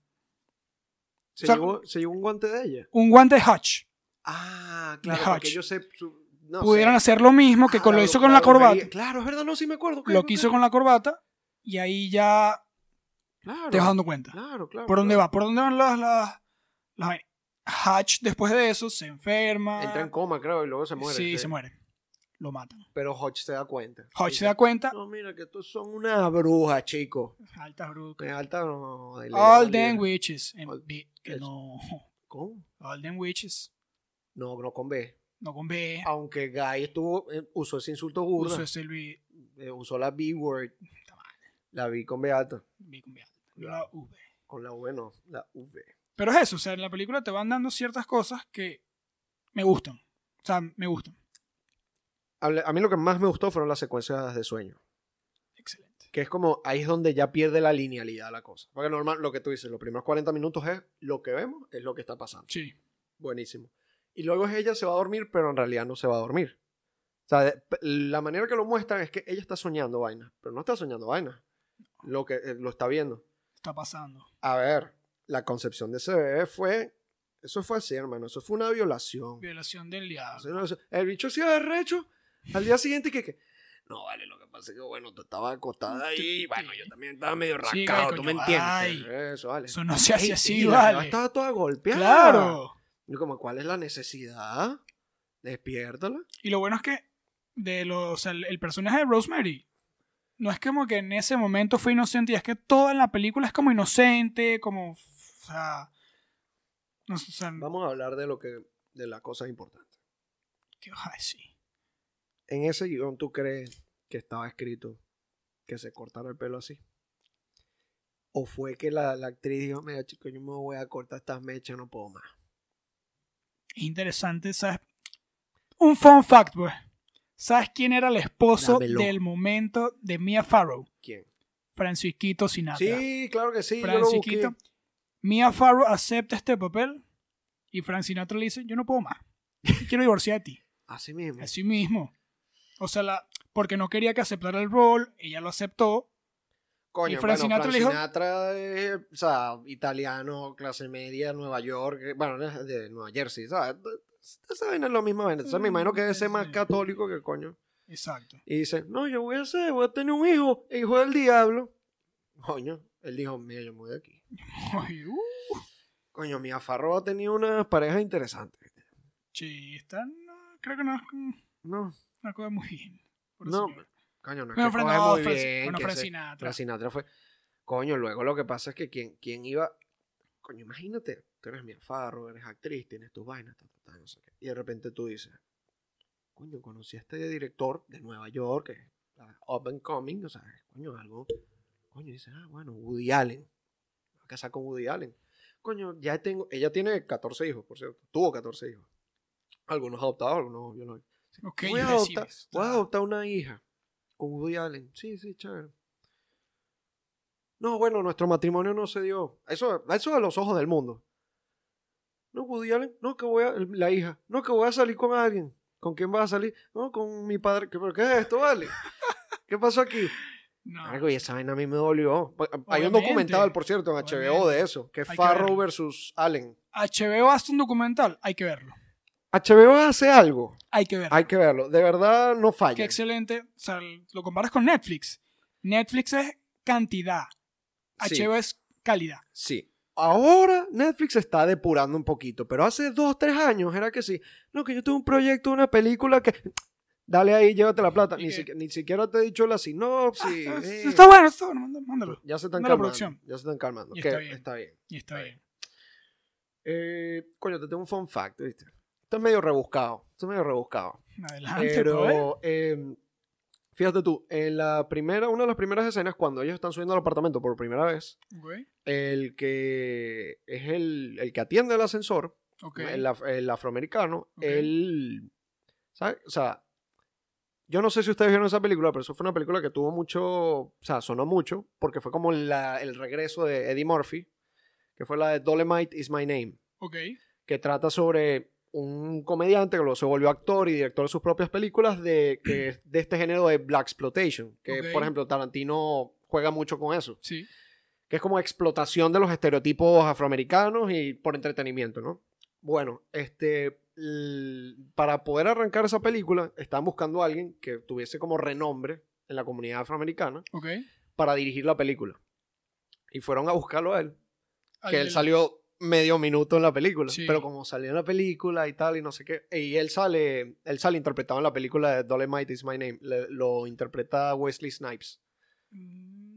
[SPEAKER 1] Se,
[SPEAKER 2] O sea,
[SPEAKER 1] llevó, se llevó un guante de ella.
[SPEAKER 2] Un guante de Hutch.
[SPEAKER 1] Ah,
[SPEAKER 2] De
[SPEAKER 1] claro, porque
[SPEAKER 2] Hodge.
[SPEAKER 1] yo sé. su- no
[SPEAKER 2] pudieran
[SPEAKER 1] sé.
[SPEAKER 2] hacer lo mismo que
[SPEAKER 1] Ah,
[SPEAKER 2] con, lo
[SPEAKER 1] la-
[SPEAKER 2] hizo con la corbata.
[SPEAKER 1] brujería. Claro, es verdad, no, sí me acuerdo.
[SPEAKER 2] Lo que hizo con la corbata. Y ahí ya
[SPEAKER 1] Claro,
[SPEAKER 2] te vas dando cuenta.
[SPEAKER 1] claro, claro.
[SPEAKER 2] ¿Por dónde
[SPEAKER 1] claro.
[SPEAKER 2] va? ¿Por dónde van las... las, las vainas? Hatch después de eso se enferma.
[SPEAKER 1] Entra en coma, creo, y luego se muere.
[SPEAKER 2] Sí, se muere. Lo matan.
[SPEAKER 1] Pero Hodge se da cuenta.
[SPEAKER 2] Hodge
[SPEAKER 1] Dice,
[SPEAKER 2] se da cuenta.
[SPEAKER 1] No, mira, que tú son una bruja, chico.
[SPEAKER 2] Altas brucas.
[SPEAKER 1] En alta no. de ley,
[SPEAKER 2] All
[SPEAKER 1] no,
[SPEAKER 2] them
[SPEAKER 1] libre.
[SPEAKER 2] witches. en
[SPEAKER 1] All-
[SPEAKER 2] B, que
[SPEAKER 1] eso.
[SPEAKER 2] no.
[SPEAKER 1] ¿Con?
[SPEAKER 2] All them witches.
[SPEAKER 1] No, no con B.
[SPEAKER 2] No con B.
[SPEAKER 1] Aunque Guy estuvo, eh, usó ese insulto burdo.
[SPEAKER 2] Uso este
[SPEAKER 1] eh,
[SPEAKER 2] es el B.
[SPEAKER 1] Usó, la B word.
[SPEAKER 2] Está mal,
[SPEAKER 1] La B con B alta.
[SPEAKER 2] B con B alta, La V.
[SPEAKER 1] Con la V no, la V.
[SPEAKER 2] Pero es eso, o sea, en la película te van dando ciertas cosas que me gustan. O sea, me gustan.
[SPEAKER 1] Hable- A mí lo que más me gustó fueron las secuencias de sueño.
[SPEAKER 2] Excelente.
[SPEAKER 1] Que es como, ahí es donde ya pierde la linealidad la cosa. Porque normal, lo que tú dices, los primeros 40 minutos es lo que vemos, es lo que está pasando.
[SPEAKER 2] Sí.
[SPEAKER 1] Buenísimo. Y luego es ella se va a dormir, pero en realidad no se va a dormir. O sea, de- p- la manera que lo muestran es que ella está soñando vainas, pero no está soñando vainas. Lo que eh, lo está viendo.
[SPEAKER 2] Está pasando.
[SPEAKER 1] A ver, la concepción de ese bebé fue. Eso fue así, hermano. Eso fue una violación.
[SPEAKER 2] Violación del
[SPEAKER 1] Eso
[SPEAKER 2] diablo.
[SPEAKER 1] no- eso- el bicho se iba arrecho al día siguiente que. que, no, vale, lo que pasa es que, bueno, tú estabas acostada ahí. Y bueno, yo también estaba medio
[SPEAKER 2] Sí,
[SPEAKER 1] rascado,
[SPEAKER 2] coño,
[SPEAKER 1] tú me entiendes.
[SPEAKER 2] ay.
[SPEAKER 1] Eso, vale.
[SPEAKER 2] Eso no se hace
[SPEAKER 1] Ey,
[SPEAKER 2] así,
[SPEAKER 1] y la jeva
[SPEAKER 2] vale.
[SPEAKER 1] Estaba toda golpeada.
[SPEAKER 2] Claro.
[SPEAKER 1] Yo como, ¿cuál es la necesidad? Despiértala.
[SPEAKER 2] Y lo bueno es que de los, o sea, el, el personaje de Rosemary no es como que en ese momento fue inocente y es que toda la película es como inocente, como... O sea, no sé, o sea,
[SPEAKER 1] Vamos a hablar de lo que de las cosas importantes.
[SPEAKER 2] que- ay, sí.
[SPEAKER 1] En ese guión tú crees que estaba escrito que se cortara el pelo así. O fue que la, la actriz dijo, mira chico, yo me voy a cortar estas mechas, no puedo más.
[SPEAKER 2] Es interesante, ¿sabes? Un fun fact, pues. ¿Sabes quién era el esposo
[SPEAKER 1] Dámelo.
[SPEAKER 2] del momento de Mia Farrow?
[SPEAKER 1] ¿Quién?
[SPEAKER 2] Francisquito Sinatra.
[SPEAKER 1] Sí, claro que sí. yo lo busqué.
[SPEAKER 2] Ah, Francisquito. Mia Farrow acepta este papel y Frank Sinatra le dice, yo no puedo más. Quiero divorciar de ti.
[SPEAKER 1] Así mismo.
[SPEAKER 2] Así mismo. O sea, la, porque no quería que aceptara el rol, ella lo aceptó.
[SPEAKER 1] Coño,
[SPEAKER 2] y
[SPEAKER 1] bueno,
[SPEAKER 2] Frank Sinatra
[SPEAKER 1] Frank
[SPEAKER 2] le dijo-
[SPEAKER 1] Sinatra es, o sea, italiano, clase media, Nueva York, eh, bueno, es de Nueva Jersey, ¿sabes? Esa vaina es lo mismo, vaina. Entonces me imagino que debe ser más
[SPEAKER 2] Mm, Sí.
[SPEAKER 1] católico que coño.
[SPEAKER 2] Exacto.
[SPEAKER 1] Y dice, no, yo voy a hacer, voy a tener un hijo, hijo del diablo. Coño, él dijo, mira, yo me voy de aquí.
[SPEAKER 2] Ay, uh,
[SPEAKER 1] Coño, mi afarro ha tenido unas parejas interesantes.
[SPEAKER 2] sí, está- no, creo que no es un-
[SPEAKER 1] No,
[SPEAKER 2] una cosa muy bien. por
[SPEAKER 1] No,
[SPEAKER 2] señor.
[SPEAKER 1] coño, no es
[SPEAKER 2] bueno,
[SPEAKER 1] que
[SPEAKER 2] Fran,
[SPEAKER 1] coge
[SPEAKER 2] no,
[SPEAKER 1] muy
[SPEAKER 2] Fran-
[SPEAKER 1] bien.
[SPEAKER 2] bueno,
[SPEAKER 1] que
[SPEAKER 2] Fran
[SPEAKER 1] ese-
[SPEAKER 2] Sinatra.
[SPEAKER 1] Frank Sinatra fue. Coño, luego lo que pasa es que quien, quien iba. Coño, imagínate, tú eres mi afarro, eres actriz, tienes tus vainas, ta, ta, ta, no sé qué. Y de repente tú dices, coño, conocí a este director de Nueva York, que es ah, up and coming, o sea, coño, algo. Coño, dices, ah, bueno, Woody Allen. Me voy a casar con Woody Allen. Coño, ya tengo. Ella tiene 14 hijos, por cierto. Tuvo 14 hijos. Algunos adoptados, algunos yo no
[SPEAKER 2] Ok,
[SPEAKER 1] voy, a
[SPEAKER 2] yo decía,
[SPEAKER 1] adoptar, voy a adoptar una hija. con Woody Allen. Sí, sí, chévere. No, bueno, nuestro matrimonio no se dio. Eso, eso a los ojos del mundo. No, Woody Allen, no, que voy a. La hija, no, que voy a salir con alguien. ¿Con quién vas a salir? No, con mi padre. ¿Qué, ¿Pero qué es esto, vale? ¿Qué pasó aquí?
[SPEAKER 2] No.
[SPEAKER 1] Algo, y esa vaina a mí me dolió. Hay un
[SPEAKER 2] Ah. Obviamente.
[SPEAKER 1] documental, por cierto, en HBO de
[SPEAKER 2] Obviamente.
[SPEAKER 1] eso, que es
[SPEAKER 2] Hay que
[SPEAKER 1] Farrow
[SPEAKER 2] verlo.
[SPEAKER 1] versus Allen.
[SPEAKER 2] HBO hace un documental, hay que verlo.
[SPEAKER 1] HBO hace algo,
[SPEAKER 2] Hay que verlo.
[SPEAKER 1] hay que verlo. De verdad, no
[SPEAKER 2] Qué
[SPEAKER 1] falla.
[SPEAKER 2] excelente. O sea, lo comparas con Netflix. Netflix es cantidad.
[SPEAKER 1] Sí.
[SPEAKER 2] HBO es calidad.
[SPEAKER 1] Sí. Ahora Netflix está depurando un poquito, pero hace dos, tres años era que sí. No, que yo tengo un proyecto, una película que. Dale ahí, llévate la plata.
[SPEAKER 2] ¿Y
[SPEAKER 1] Ni,
[SPEAKER 2] qué?
[SPEAKER 1] siquiera- ni siquiera te he dicho la sinopsis.
[SPEAKER 2] Ah,
[SPEAKER 1] eh.
[SPEAKER 2] Está bueno, está bueno, manda- mándalo.
[SPEAKER 1] Ya se están
[SPEAKER 2] Mala
[SPEAKER 1] calmando.
[SPEAKER 2] producción.
[SPEAKER 1] Ya se están calmando.
[SPEAKER 2] Y
[SPEAKER 1] que
[SPEAKER 2] está bien.
[SPEAKER 1] Está bien.
[SPEAKER 2] Y está bien.
[SPEAKER 1] Eh, coño, te tengo un fun fact, ¿viste? Esto es medio rebuscado. Esto es medio rebuscado.
[SPEAKER 2] Adelante, pero...
[SPEAKER 1] Pero, eh, fíjate tú, en la primera, una de las primeras escenas, cuando ellos están subiendo al apartamento por primera vez,
[SPEAKER 2] Güey.
[SPEAKER 1] el que es el, el que atiende el ascensor,
[SPEAKER 2] Ok.
[SPEAKER 1] el, af- el afroamericano,
[SPEAKER 2] Ok.
[SPEAKER 1] él, ¿sabes? O sea, yo no sé si ustedes vieron esa película, pero eso fue una película que tuvo mucho, o sea, sonó mucho, porque fue como la- el regreso de Eddie Murphy, que fue la de Dolemite is My Name
[SPEAKER 2] Ok.
[SPEAKER 1] que trata sobre un comediante que luego se volvió actor y director de sus propias películas de, que es de este género de Black Exploitation, que
[SPEAKER 2] Ok.
[SPEAKER 1] por ejemplo Tarantino juega mucho con eso,
[SPEAKER 2] Sí.
[SPEAKER 1] que es como explotación de los estereotipos afroamericanos y por entretenimiento, ¿no? Bueno, este, l- para poder arrancar esa película, estaban buscando a alguien que tuviese como renombre en la comunidad afroamericana
[SPEAKER 2] Ok.
[SPEAKER 1] para dirigir la película. Y fueron a buscarlo a él
[SPEAKER 2] Al
[SPEAKER 1] que él
[SPEAKER 2] del-
[SPEAKER 1] salió medio minuto en la película,
[SPEAKER 2] Sí.
[SPEAKER 1] pero como salió en la película y tal y no sé qué, y él sale, él sale interpretado en la película de Dolemite is my name, le- lo interpreta Wesley Snipes.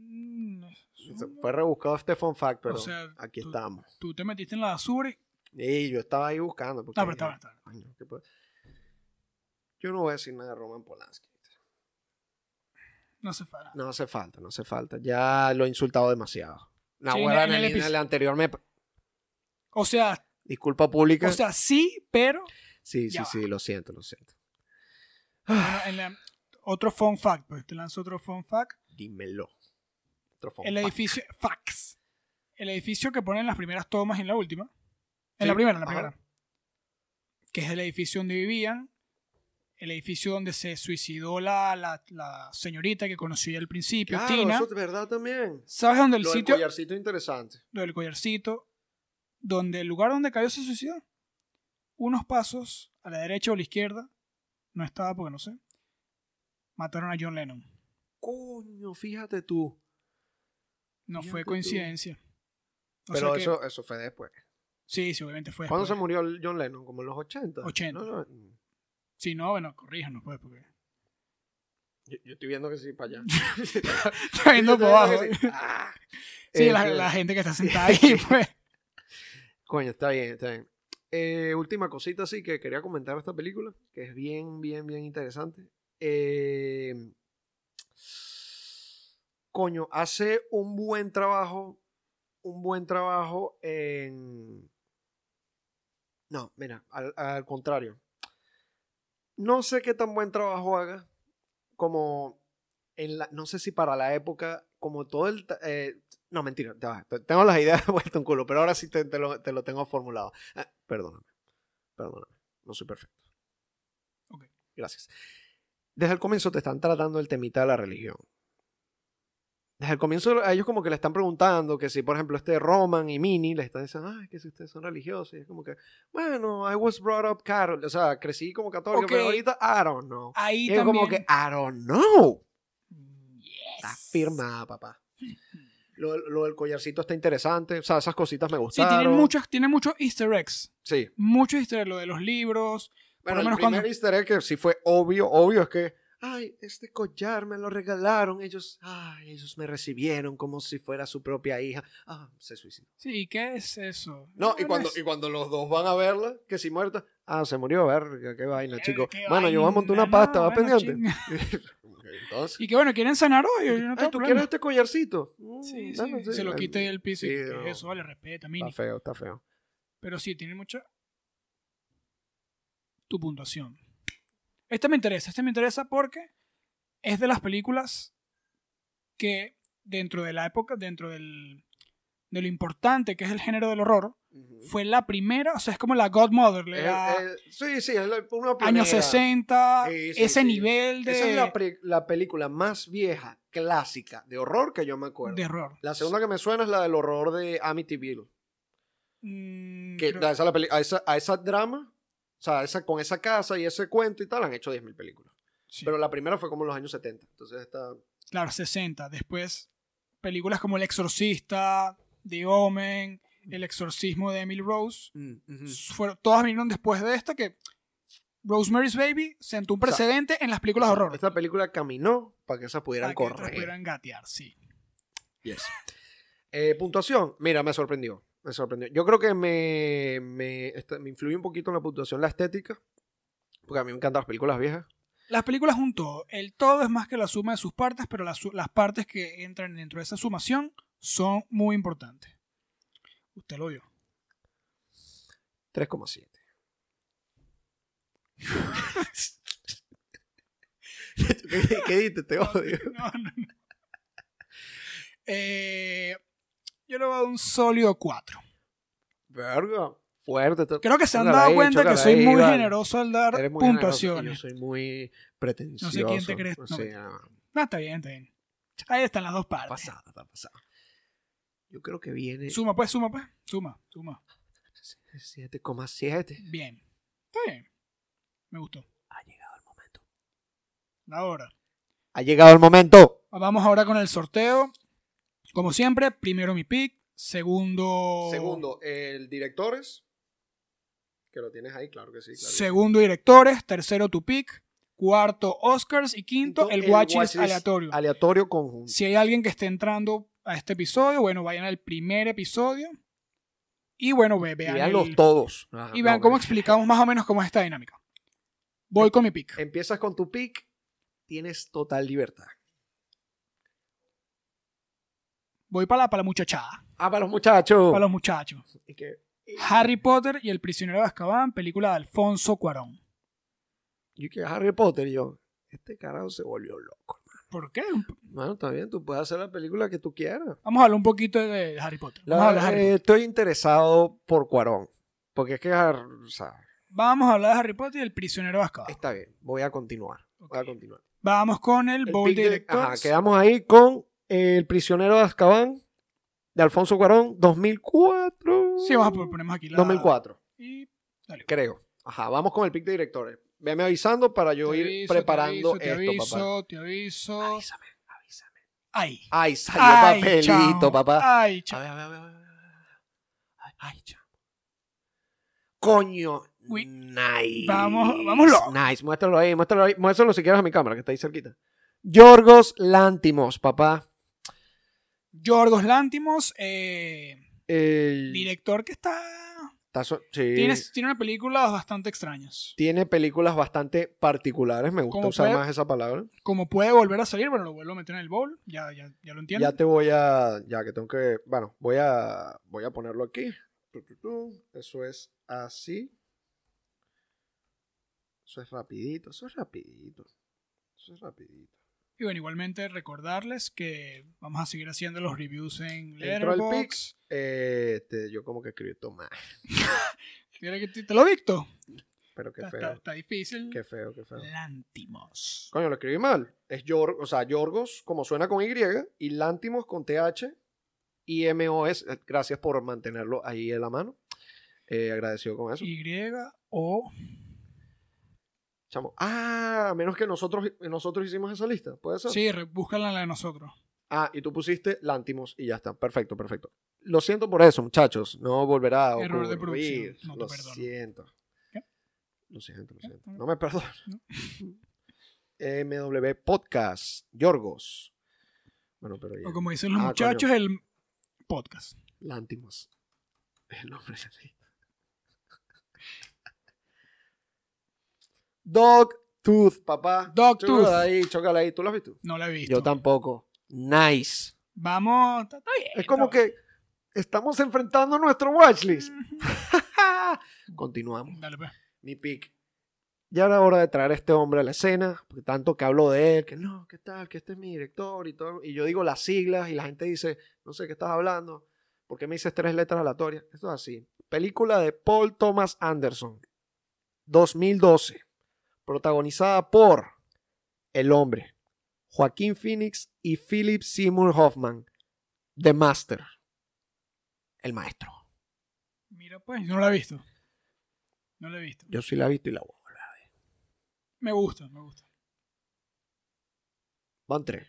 [SPEAKER 2] Mm, no sé.
[SPEAKER 1] Fue rebuscado este fun fact, pero
[SPEAKER 2] O sea,
[SPEAKER 1] aquí
[SPEAKER 2] tú-
[SPEAKER 1] estamos.
[SPEAKER 2] Tú te metiste en la basura y...
[SPEAKER 1] Y yo estaba ahí buscando. Porque
[SPEAKER 2] No, pero
[SPEAKER 1] dije,
[SPEAKER 2] está bien, está bien.
[SPEAKER 1] "Coño, ¿qué puedo-?" Yo no voy a decir nada de Roman Polanski.
[SPEAKER 2] No hace falta.
[SPEAKER 1] No hace falta, no hace falta. Ya lo he insultado demasiado.
[SPEAKER 2] Sí,
[SPEAKER 1] Nahuara,
[SPEAKER 2] en el
[SPEAKER 1] en el,
[SPEAKER 2] episodio-
[SPEAKER 1] anterior me...
[SPEAKER 2] O sea,
[SPEAKER 1] Disculpa pública.
[SPEAKER 2] o sea, sí, pero...
[SPEAKER 1] sí, sí,
[SPEAKER 2] ya
[SPEAKER 1] sí, lo siento, lo siento.
[SPEAKER 2] bueno, en la- otro fun fact, pues te lanzo otro fun fact.
[SPEAKER 1] Dímelo. Otro fun
[SPEAKER 2] El
[SPEAKER 1] fact.
[SPEAKER 2] edificio... Fax. El edificio que ponen las primeras tomas y en la última. En
[SPEAKER 1] Sí,
[SPEAKER 2] la primera, en la
[SPEAKER 1] ajá.
[SPEAKER 2] primera. Que es el edificio donde vivían. El edificio donde se suicidó la, la- la señorita que conocí al principio,
[SPEAKER 1] Claro,
[SPEAKER 2] Tina.
[SPEAKER 1] eso es verdad también.
[SPEAKER 2] ¿Sabes dónde el
[SPEAKER 1] Lo del
[SPEAKER 2] sitio?
[SPEAKER 1] collarcito interesante.
[SPEAKER 2] lo del collarcito, donde el lugar donde cayó se suicidó, unos pasos a la derecha o a la izquierda, no estaba porque no sé, mataron a John Lennon.
[SPEAKER 1] Coño, fíjate tú.
[SPEAKER 2] No
[SPEAKER 1] Fíjate
[SPEAKER 2] fue
[SPEAKER 1] tú.
[SPEAKER 2] coincidencia. O
[SPEAKER 1] Pero
[SPEAKER 2] sea que-
[SPEAKER 1] eso, eso fue después.
[SPEAKER 2] Sí, sí, obviamente fue.
[SPEAKER 1] ¿Cuándo se
[SPEAKER 2] después.
[SPEAKER 1] murió el John Lennon? ¿Como en los 80?
[SPEAKER 2] 80.
[SPEAKER 1] No, mm, no,
[SPEAKER 2] Sí, no, bueno, corríjanos pues, porque...
[SPEAKER 1] Yo, yo estoy viendo que sí para allá.
[SPEAKER 2] Está viendo por abajo.
[SPEAKER 1] Sí, Ah.
[SPEAKER 2] Sí, la,
[SPEAKER 1] Este,
[SPEAKER 2] la gente que está sentada ahí, pues.
[SPEAKER 1] Coño, está bien, está bien. Eh, última cosita sí que quería comentar de esta película, que es bien, bien, bien interesante. Eh, coño, hace un buen trabajo, un buen trabajo en... No, mira, al, al contrario. No sé qué tan buen trabajo haga como en la... No sé si para la época, como todo el... ta- eh, no, mentira, ya va, te- tengo las ideas vuelto un culo, pero ahora sí te, te lo, te lo tengo formulado. Ah, perdóname, perdóname, no soy perfecto.
[SPEAKER 2] Ok.
[SPEAKER 1] Gracias. Desde el comienzo te están tratando el temita de la religión. Desde el comienzo a ellos como que le están preguntando que si, por ejemplo, este Roman y Mini le están diciendo, ay, que si ustedes son religiosos. Y es como que, bueno, I was brought up Carol. O sea, crecí como católico,
[SPEAKER 2] Ok.
[SPEAKER 1] pero ahorita, I don't know.
[SPEAKER 2] Ahí
[SPEAKER 1] Y es
[SPEAKER 2] también...
[SPEAKER 1] como que, I don't know.
[SPEAKER 2] Yes.
[SPEAKER 1] Está firmada, papá. Lo, lo del collarcito está interesante. O sea, esas cositas me
[SPEAKER 2] Sí,
[SPEAKER 1] gustaron.
[SPEAKER 2] tienen muchos, tienen muchos easter eggs.
[SPEAKER 1] Sí.
[SPEAKER 2] Muchos easter eggs, lo de los libros.
[SPEAKER 1] Bueno,
[SPEAKER 2] lo
[SPEAKER 1] el
[SPEAKER 2] menos
[SPEAKER 1] primer
[SPEAKER 2] cuando-
[SPEAKER 1] easter egg que sí fue obvio, obvio es que, ay, este collar me lo regalaron. Ellos, ay, ellos me recibieron como si fuera su propia hija. Ah, se suicidó.
[SPEAKER 2] Sí, ¿qué es eso?
[SPEAKER 1] No, y cuando,
[SPEAKER 2] es-
[SPEAKER 1] y cuando los dos van a verla, que si muerta, ah, se murió, verga, qué vaina, chico.
[SPEAKER 2] Qué
[SPEAKER 1] Bueno, yo voy a
[SPEAKER 2] vaina,
[SPEAKER 1] montar una
[SPEAKER 2] no,
[SPEAKER 1] pasta, va
[SPEAKER 2] bueno,
[SPEAKER 1] pendiente.
[SPEAKER 2] chinga.
[SPEAKER 1] Entonces,
[SPEAKER 2] Y que bueno, quieren sanar hoy. Yo no
[SPEAKER 1] ay,
[SPEAKER 2] tengo
[SPEAKER 1] ¿tú
[SPEAKER 2] problema.
[SPEAKER 1] quieres este collarcito? Mm,
[SPEAKER 2] Sí, sí,
[SPEAKER 1] dame, sí.
[SPEAKER 2] se lo
[SPEAKER 1] Ay,
[SPEAKER 2] quita del piso. y
[SPEAKER 1] sí,
[SPEAKER 2] que
[SPEAKER 1] no.
[SPEAKER 2] Eso vale, respeta, mini.
[SPEAKER 1] Está feo, está feo.
[SPEAKER 2] Pero sí, tiene mucha. Tu puntuación. Esta me interesa, esta me interesa porque es de las películas que dentro de la época, dentro del, de lo importante que es el género del horror, fue la primera, o sea, es como la Godmother,
[SPEAKER 1] Eh,
[SPEAKER 2] la
[SPEAKER 1] eh, sí, sí, es la- una pionera.
[SPEAKER 2] años 60,
[SPEAKER 1] Sí, sí,
[SPEAKER 2] ese
[SPEAKER 1] sí.
[SPEAKER 2] nivel de,
[SPEAKER 1] Esa es la, pre- la película más vieja, clásica, de horror que yo me acuerdo.
[SPEAKER 2] de error.
[SPEAKER 1] La segunda que me suena es la del horror de Amityville.
[SPEAKER 2] Mm,
[SPEAKER 1] Que
[SPEAKER 2] creo-
[SPEAKER 1] a, esa, la peli- a, esa, a esa drama, o sea, a esa, con esa casa y ese cuento y tal, han hecho 10.000 películas.
[SPEAKER 2] sí.
[SPEAKER 1] Pero la primera fue como en los años 70. Entonces está...
[SPEAKER 2] Claro, 60. Después, películas como El Exorcista, The Omen,
[SPEAKER 1] Mm.
[SPEAKER 2] El Exorcismo de Emily Rose. Fueron, todas vinieron después de esta que Rosemary's Baby sentó un
[SPEAKER 1] O sea,
[SPEAKER 2] precedente en las películas de horror.
[SPEAKER 1] Esta película caminó para que esas pudieran
[SPEAKER 2] Para que otras
[SPEAKER 1] correr.
[SPEAKER 2] pudieran gatear, sí.
[SPEAKER 1] Yes. Eh, puntuación. Mira, me sorprendió. Me sorprendió. Yo creo que me, me, esta- me influye un poquito en la puntuación la estética. Porque a mí me encantan las películas viejas.
[SPEAKER 2] Las películas un todo. El todo es más que la suma de sus partes, pero las, su- las partes que entran dentro de esa sumación son muy importantes. Usted lo vio.
[SPEAKER 1] 3,7. ¿Qué, qué diste? Te odio.
[SPEAKER 2] No, no, no. Eh, yo le voy a dar un sólido 4.
[SPEAKER 1] Verga. Fuerte. te-
[SPEAKER 2] Creo que se han
[SPEAKER 1] Chócala
[SPEAKER 2] dado
[SPEAKER 1] ahí,
[SPEAKER 2] cuenta que
[SPEAKER 1] chócala
[SPEAKER 2] soy
[SPEAKER 1] ahí,
[SPEAKER 2] muy
[SPEAKER 1] vale.
[SPEAKER 2] generoso al dar
[SPEAKER 1] Eres muy
[SPEAKER 2] puntuaciones.
[SPEAKER 1] generoso y Yo soy muy pretencioso.
[SPEAKER 2] crees,
[SPEAKER 1] O
[SPEAKER 2] no,
[SPEAKER 1] sea,
[SPEAKER 2] No, está bien, está bien. Ahí están las dos partes.
[SPEAKER 1] pasada, está pasada. Yo creo que viene
[SPEAKER 2] Suma, pues, suma, pues. Suma, suma.
[SPEAKER 1] 7,7.
[SPEAKER 2] Bien. Está bien. Me gustó.
[SPEAKER 1] Ha llegado el momento.
[SPEAKER 2] Ahora.
[SPEAKER 1] Ha llegado el momento.
[SPEAKER 2] Vamos ahora con el sorteo. Como siempre, primero mi pick. Segundo.
[SPEAKER 1] Segundo, el directores. Que lo tienes ahí, claro que sí. claro que sí.
[SPEAKER 2] Segundo, directores. Tercero, tu pick. Cuarto, Oscars. Y quinto, el, watch
[SPEAKER 1] watchlist
[SPEAKER 2] aleatorio.
[SPEAKER 1] Aleatorio conjunto.
[SPEAKER 2] Si hay alguien que esté entrando a este episodio, bueno, vayan al primer episodio. Y bueno, ve-
[SPEAKER 1] Y
[SPEAKER 2] vean.
[SPEAKER 1] veanlos
[SPEAKER 2] el-
[SPEAKER 1] todos.
[SPEAKER 2] y vean cómo explicamos más o menos cómo es esta dinámica. Voy con mi pick.
[SPEAKER 1] Empiezas con tu pick, tienes total libertad.
[SPEAKER 2] Voy para la, para la muchachada,
[SPEAKER 1] Ah, para los muchachos.
[SPEAKER 2] para los muchachos.
[SPEAKER 1] Y que-
[SPEAKER 2] Harry Potter y el prisionero de Azkaban, película de Alfonso Cuarón.
[SPEAKER 1] Yo que Harry Potter, yo. Este carajo se volvió loco.
[SPEAKER 2] ¿Por qué?
[SPEAKER 1] Bueno, está bien, tú puedes hacer la película que tú quieras.
[SPEAKER 2] Vamos a hablar un poquito de Harry Potter.
[SPEAKER 1] La-
[SPEAKER 2] Vamos a hablar de Harry
[SPEAKER 1] eh,
[SPEAKER 2] Potter.
[SPEAKER 1] estoy interesado por Cuarón. Porque es que, Har- o sea,
[SPEAKER 2] Vamos a hablar de Harry Potter y el prisionero de Azkaban.
[SPEAKER 1] está bien, voy a continuar. Voy a continuar.
[SPEAKER 2] Vamos con el,
[SPEAKER 1] El
[SPEAKER 2] bowl
[SPEAKER 1] pick
[SPEAKER 2] de
[SPEAKER 1] de-
[SPEAKER 2] directores.
[SPEAKER 1] ajá, quedamos ahí con El prisionero de Azkaban de Alfonso Cuarón 2004.
[SPEAKER 2] Sí, vamos a ponemos aquí la...
[SPEAKER 1] 2004,
[SPEAKER 2] Y dale.
[SPEAKER 1] creo. Ajá, vamos con el pick de directores. Veme avisando para yo
[SPEAKER 2] Te
[SPEAKER 1] ir
[SPEAKER 2] aviso,
[SPEAKER 1] preparando
[SPEAKER 2] te aviso,
[SPEAKER 1] esto,
[SPEAKER 2] Te
[SPEAKER 1] papá.
[SPEAKER 2] aviso, te aviso.
[SPEAKER 1] Avísame, avísame.
[SPEAKER 2] Ay.
[SPEAKER 1] Ay, salió
[SPEAKER 2] Ay,
[SPEAKER 1] papelito,
[SPEAKER 2] chamo.
[SPEAKER 1] papá.
[SPEAKER 2] Ay,
[SPEAKER 1] A
[SPEAKER 2] chamo.
[SPEAKER 1] ver, a ver, a ver, a ver, a ver. Ay, ay, chamo. Coño.
[SPEAKER 2] Uy.
[SPEAKER 1] Nice.
[SPEAKER 2] Vamos- vámonos.
[SPEAKER 1] Nice, muéstralo ahí, muéstralo ahí. Muéstralo si quieres a mi cámara, que está ahí cerquita. Yorgos Lántimos, papá.
[SPEAKER 2] Yorgos Lántimos, eh,
[SPEAKER 1] Eh,
[SPEAKER 2] director que está...
[SPEAKER 1] Está so- sí.
[SPEAKER 2] Tiene, tiene una película bastante extrañas.
[SPEAKER 1] Tiene películas bastante particulares. Me gusta
[SPEAKER 2] Como
[SPEAKER 1] usar
[SPEAKER 2] puede-
[SPEAKER 1] más esa palabra.
[SPEAKER 2] Como puede volver a salir, bueno, lo vuelvo a meter en el bowl. Ya, ya, ya lo entiendo.
[SPEAKER 1] Ya te voy a. Ya que tengo que. Bueno, voy a. Voy a ponerlo aquí. Tu, tu, tu. Eso es así. Eso es rapidito. Eso es rapidito. Eso es rapidito.
[SPEAKER 2] Y bueno, igualmente recordarles que vamos a seguir haciendo los reviews en
[SPEAKER 1] Entro al
[SPEAKER 2] Letterboxd.
[SPEAKER 1] Eh, este, yo como que escribí esto mal.
[SPEAKER 2] Mira que te, te lo dicto.
[SPEAKER 1] Pero qué
[SPEAKER 2] Está, está-
[SPEAKER 1] feo.
[SPEAKER 2] está difícil.
[SPEAKER 1] Qué feo, qué feo.
[SPEAKER 2] Lántimos.
[SPEAKER 1] Coño, lo escribí mal. Es Yor, o sea, Yorgos, como suena con Y, y Lántimos con TH y MOS. Eh, Gracias por mantenerlo ahí en la mano. Eh, agradecido con eso.
[SPEAKER 2] Y o
[SPEAKER 1] Chamo. Ah, a menos que nosotros, nosotros hicimos esa lista. ¿Puede ser?
[SPEAKER 2] sí, re- búscala en la de nosotros.
[SPEAKER 1] Ah, y tú pusiste Lántimos y ya está. Perfecto, perfecto. Lo siento por eso, muchachos. No volverá a
[SPEAKER 2] Error de
[SPEAKER 1] ocurrir.
[SPEAKER 2] producción. No te
[SPEAKER 1] lo
[SPEAKER 2] perdono.
[SPEAKER 1] siento.
[SPEAKER 2] ¿Qué?
[SPEAKER 1] Lo siento, lo
[SPEAKER 2] ¿Qué?
[SPEAKER 1] siento. No me perdono.
[SPEAKER 2] No.
[SPEAKER 1] MW Podcast, Yorgos. Bueno, pero ya.
[SPEAKER 2] O como dicen los
[SPEAKER 1] Ah,
[SPEAKER 2] muchachos, el podcast.
[SPEAKER 1] Lántimos. El nombre es así. Dog Tooth, papá.
[SPEAKER 2] Dog
[SPEAKER 1] Chócala
[SPEAKER 2] Tooth.
[SPEAKER 1] ahí, chócala ahí. ¿Tú lo has visto?
[SPEAKER 2] No la he visto.
[SPEAKER 1] Yo tampoco. Nice.
[SPEAKER 2] Vamos, está está bien.
[SPEAKER 1] Es como que estamos enfrentando nuestro watchlist.
[SPEAKER 2] Ujú.
[SPEAKER 1] Ah. Continuamos.
[SPEAKER 2] Dale, Mm, pues.
[SPEAKER 1] Mi pick. ya era hora de traer a este hombre a la escena, porque tanto que hablo de él, que no, qué tal, que este es mi director y todo, y yo digo las siglas y la gente dice, no sé qué estás hablando, ¿por qué me dices tres letras aleatorias? Esto es así. Película de Paul Thomas Anderson, 2012, protagonizada por El Hombre, Joaquín Phoenix y Philip Seymour Hoffman, The Master, El Maestro.
[SPEAKER 2] Mira, pues, no la he visto. No la he visto.
[SPEAKER 1] Yo sí la he visto y la voy.
[SPEAKER 2] Me gusta, me gusta.
[SPEAKER 1] Van tres.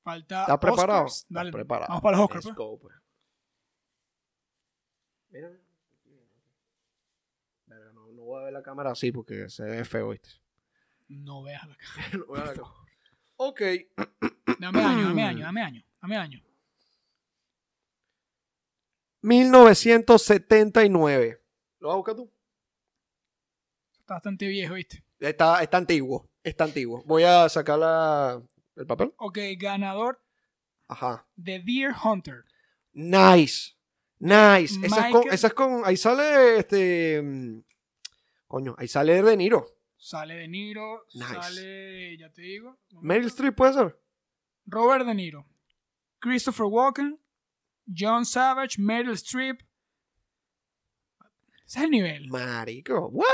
[SPEAKER 2] Falta.
[SPEAKER 1] ¿Estás preparado?
[SPEAKER 2] Oscars. Dale,
[SPEAKER 1] ¿Estás preparado?
[SPEAKER 2] Vamos para los Oscars.
[SPEAKER 1] Let's
[SPEAKER 2] pues.
[SPEAKER 1] go, pues. Mira. Verga, No, no voy a ver la cámara así porque se ve feo, ¿viste?
[SPEAKER 2] No veas la cara.
[SPEAKER 1] No voy a ver la cámara. ok.
[SPEAKER 2] Dame año, dame año, dame año. Dame año.
[SPEAKER 1] 1979. ¿Lo vas a buscar tú?
[SPEAKER 2] Está bastante viejo, ¿viste?
[SPEAKER 1] Está, está antiguo. Está antiguo. Voy a sacar la, el papel.
[SPEAKER 2] Ok, ganador
[SPEAKER 1] Ajá.
[SPEAKER 2] de Deer Hunter.
[SPEAKER 1] Nice. Nice. Esa es, con,
[SPEAKER 2] Michael-
[SPEAKER 1] esa es con. Ahí sale este. mm, Coño, ahí sale De Niro.
[SPEAKER 2] Sale De Niro,
[SPEAKER 1] Nice.
[SPEAKER 2] sale, ya te digo.
[SPEAKER 1] Meryl Streep puede ser.
[SPEAKER 2] Robert De Niro, Christopher Walken, John Savage, Meryl Streep. Ese es el nivel.
[SPEAKER 1] Marico, what?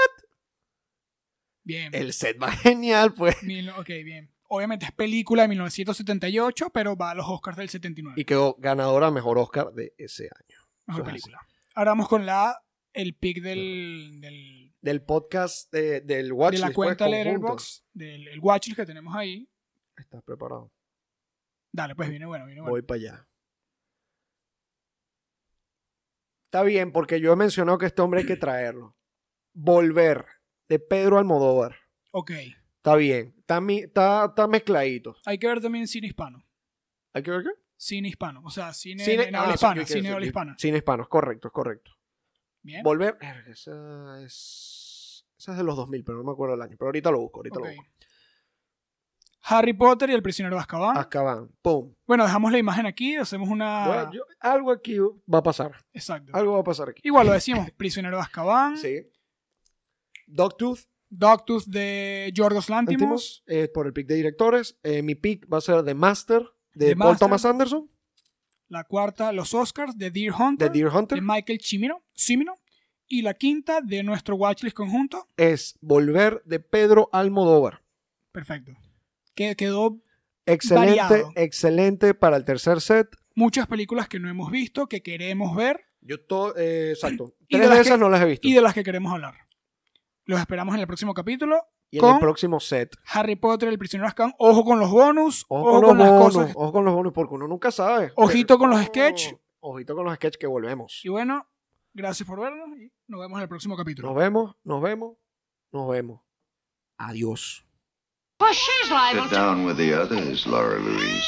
[SPEAKER 2] Bien.
[SPEAKER 1] El set va genial, pues.
[SPEAKER 2] Mil- ok, bien. Obviamente es película de 1978, pero va a los Oscars del 79.
[SPEAKER 1] Y pues, quedó ganadora mejor Oscar de ese año.
[SPEAKER 2] Mejor
[SPEAKER 1] eso es
[SPEAKER 2] película. Ahora vamos con la, el pick del, del-
[SPEAKER 1] Del podcast de- del
[SPEAKER 2] de
[SPEAKER 1] Watchlist. pues,
[SPEAKER 2] la cuenta Letterboxd, del el watchlist que tenemos ahí.
[SPEAKER 1] Estás preparado.
[SPEAKER 2] Dale, pues viene bueno, viene bueno.
[SPEAKER 1] Voy para allá. Está bien, porque yo he mencionado que este hombre hay que traerlo. Volver, de Pedro Almodóvar.
[SPEAKER 2] Ok.
[SPEAKER 1] Está bien. Está, mi- está, está mezcladito.
[SPEAKER 2] Hay que ver también cine hispano.
[SPEAKER 1] ¿Hay que ver qué?
[SPEAKER 2] Cine hispano. O sea, cine,
[SPEAKER 1] Cine-
[SPEAKER 2] en habla
[SPEAKER 1] ah,
[SPEAKER 2] hispana.
[SPEAKER 1] sí, sí,
[SPEAKER 2] cine
[SPEAKER 1] sí,
[SPEAKER 2] en habla
[SPEAKER 1] sí.
[SPEAKER 2] hispana.
[SPEAKER 1] Cine hispano, es correcto, es correcto.
[SPEAKER 2] Bien.
[SPEAKER 1] Volver. Verga, Esa es, esa es de los 2000, pero no me acuerdo el año. Pero ahorita lo busco, ahorita
[SPEAKER 2] Ok.
[SPEAKER 1] lo busco.
[SPEAKER 2] Harry Potter y el prisionero de Azkaban.
[SPEAKER 1] Ah. Azkaban, pum.
[SPEAKER 2] Bueno, dejamos la imagen aquí, hacemos una.
[SPEAKER 1] Bueno, yo- algo aquí va a pasar.
[SPEAKER 2] Exacto.
[SPEAKER 1] Algo va a pasar aquí.
[SPEAKER 2] Igual lo decimos: Prisionero de Azkaban,
[SPEAKER 1] Sí. Dogtooth,
[SPEAKER 2] Doctus de Yorgos Lantimos,
[SPEAKER 1] Antimos, eh, por el pick de directores. Eh, mi pick va a ser The Master, de
[SPEAKER 2] The
[SPEAKER 1] Paul
[SPEAKER 2] Master.
[SPEAKER 1] Thomas Anderson,
[SPEAKER 2] la cuarta, Los Oscars de Deer Hunter,
[SPEAKER 1] de Deer
[SPEAKER 2] de
[SPEAKER 1] Hunter.
[SPEAKER 2] Michael Cimino, Cimino, y la quinta de nuestro Watchlist conjunto.
[SPEAKER 1] Es Volver, de Pedro Almodóvar.
[SPEAKER 2] Perfecto. Que quedó
[SPEAKER 1] Excelente,
[SPEAKER 2] Variado.
[SPEAKER 1] excelente para el tercer set.
[SPEAKER 2] muchas películas que no hemos visto, que queremos ver
[SPEAKER 1] Yo todo, eh, exacto.
[SPEAKER 2] Y
[SPEAKER 1] Tres de,
[SPEAKER 2] de las
[SPEAKER 1] esas
[SPEAKER 2] que-
[SPEAKER 1] no las he visto.
[SPEAKER 2] y
[SPEAKER 1] Y,
[SPEAKER 2] de las que queremos hablar. Los esperamos en el próximo capítulo.
[SPEAKER 1] en el
[SPEAKER 2] con-
[SPEAKER 1] próximo set.
[SPEAKER 2] Harry Potter, el prisionero de Azkaban. Ojo con los bonus,
[SPEAKER 1] Ojo,
[SPEAKER 2] ojo,
[SPEAKER 1] con los
[SPEAKER 2] con las
[SPEAKER 1] bonos,
[SPEAKER 2] cosas.
[SPEAKER 1] ojo con los bonos, porque uno nunca sabe.
[SPEAKER 2] Ojito con los
[SPEAKER 1] Oh,
[SPEAKER 2] sketch.
[SPEAKER 1] Ojito con los sketch que volvemos.
[SPEAKER 2] Y bueno, gracias por vernos y nos vemos en el próximo capítulo.
[SPEAKER 1] Nos vemos, nos vemos, nos vemos. Adiós.
[SPEAKER 3] Well, she's liable
[SPEAKER 4] Sit down with the others, Laura Louise.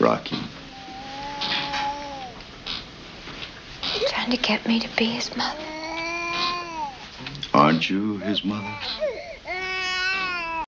[SPEAKER 4] Rocky.
[SPEAKER 5] Trying to get me to be his mother.
[SPEAKER 4] Aren't you his mother?
[SPEAKER 5] No.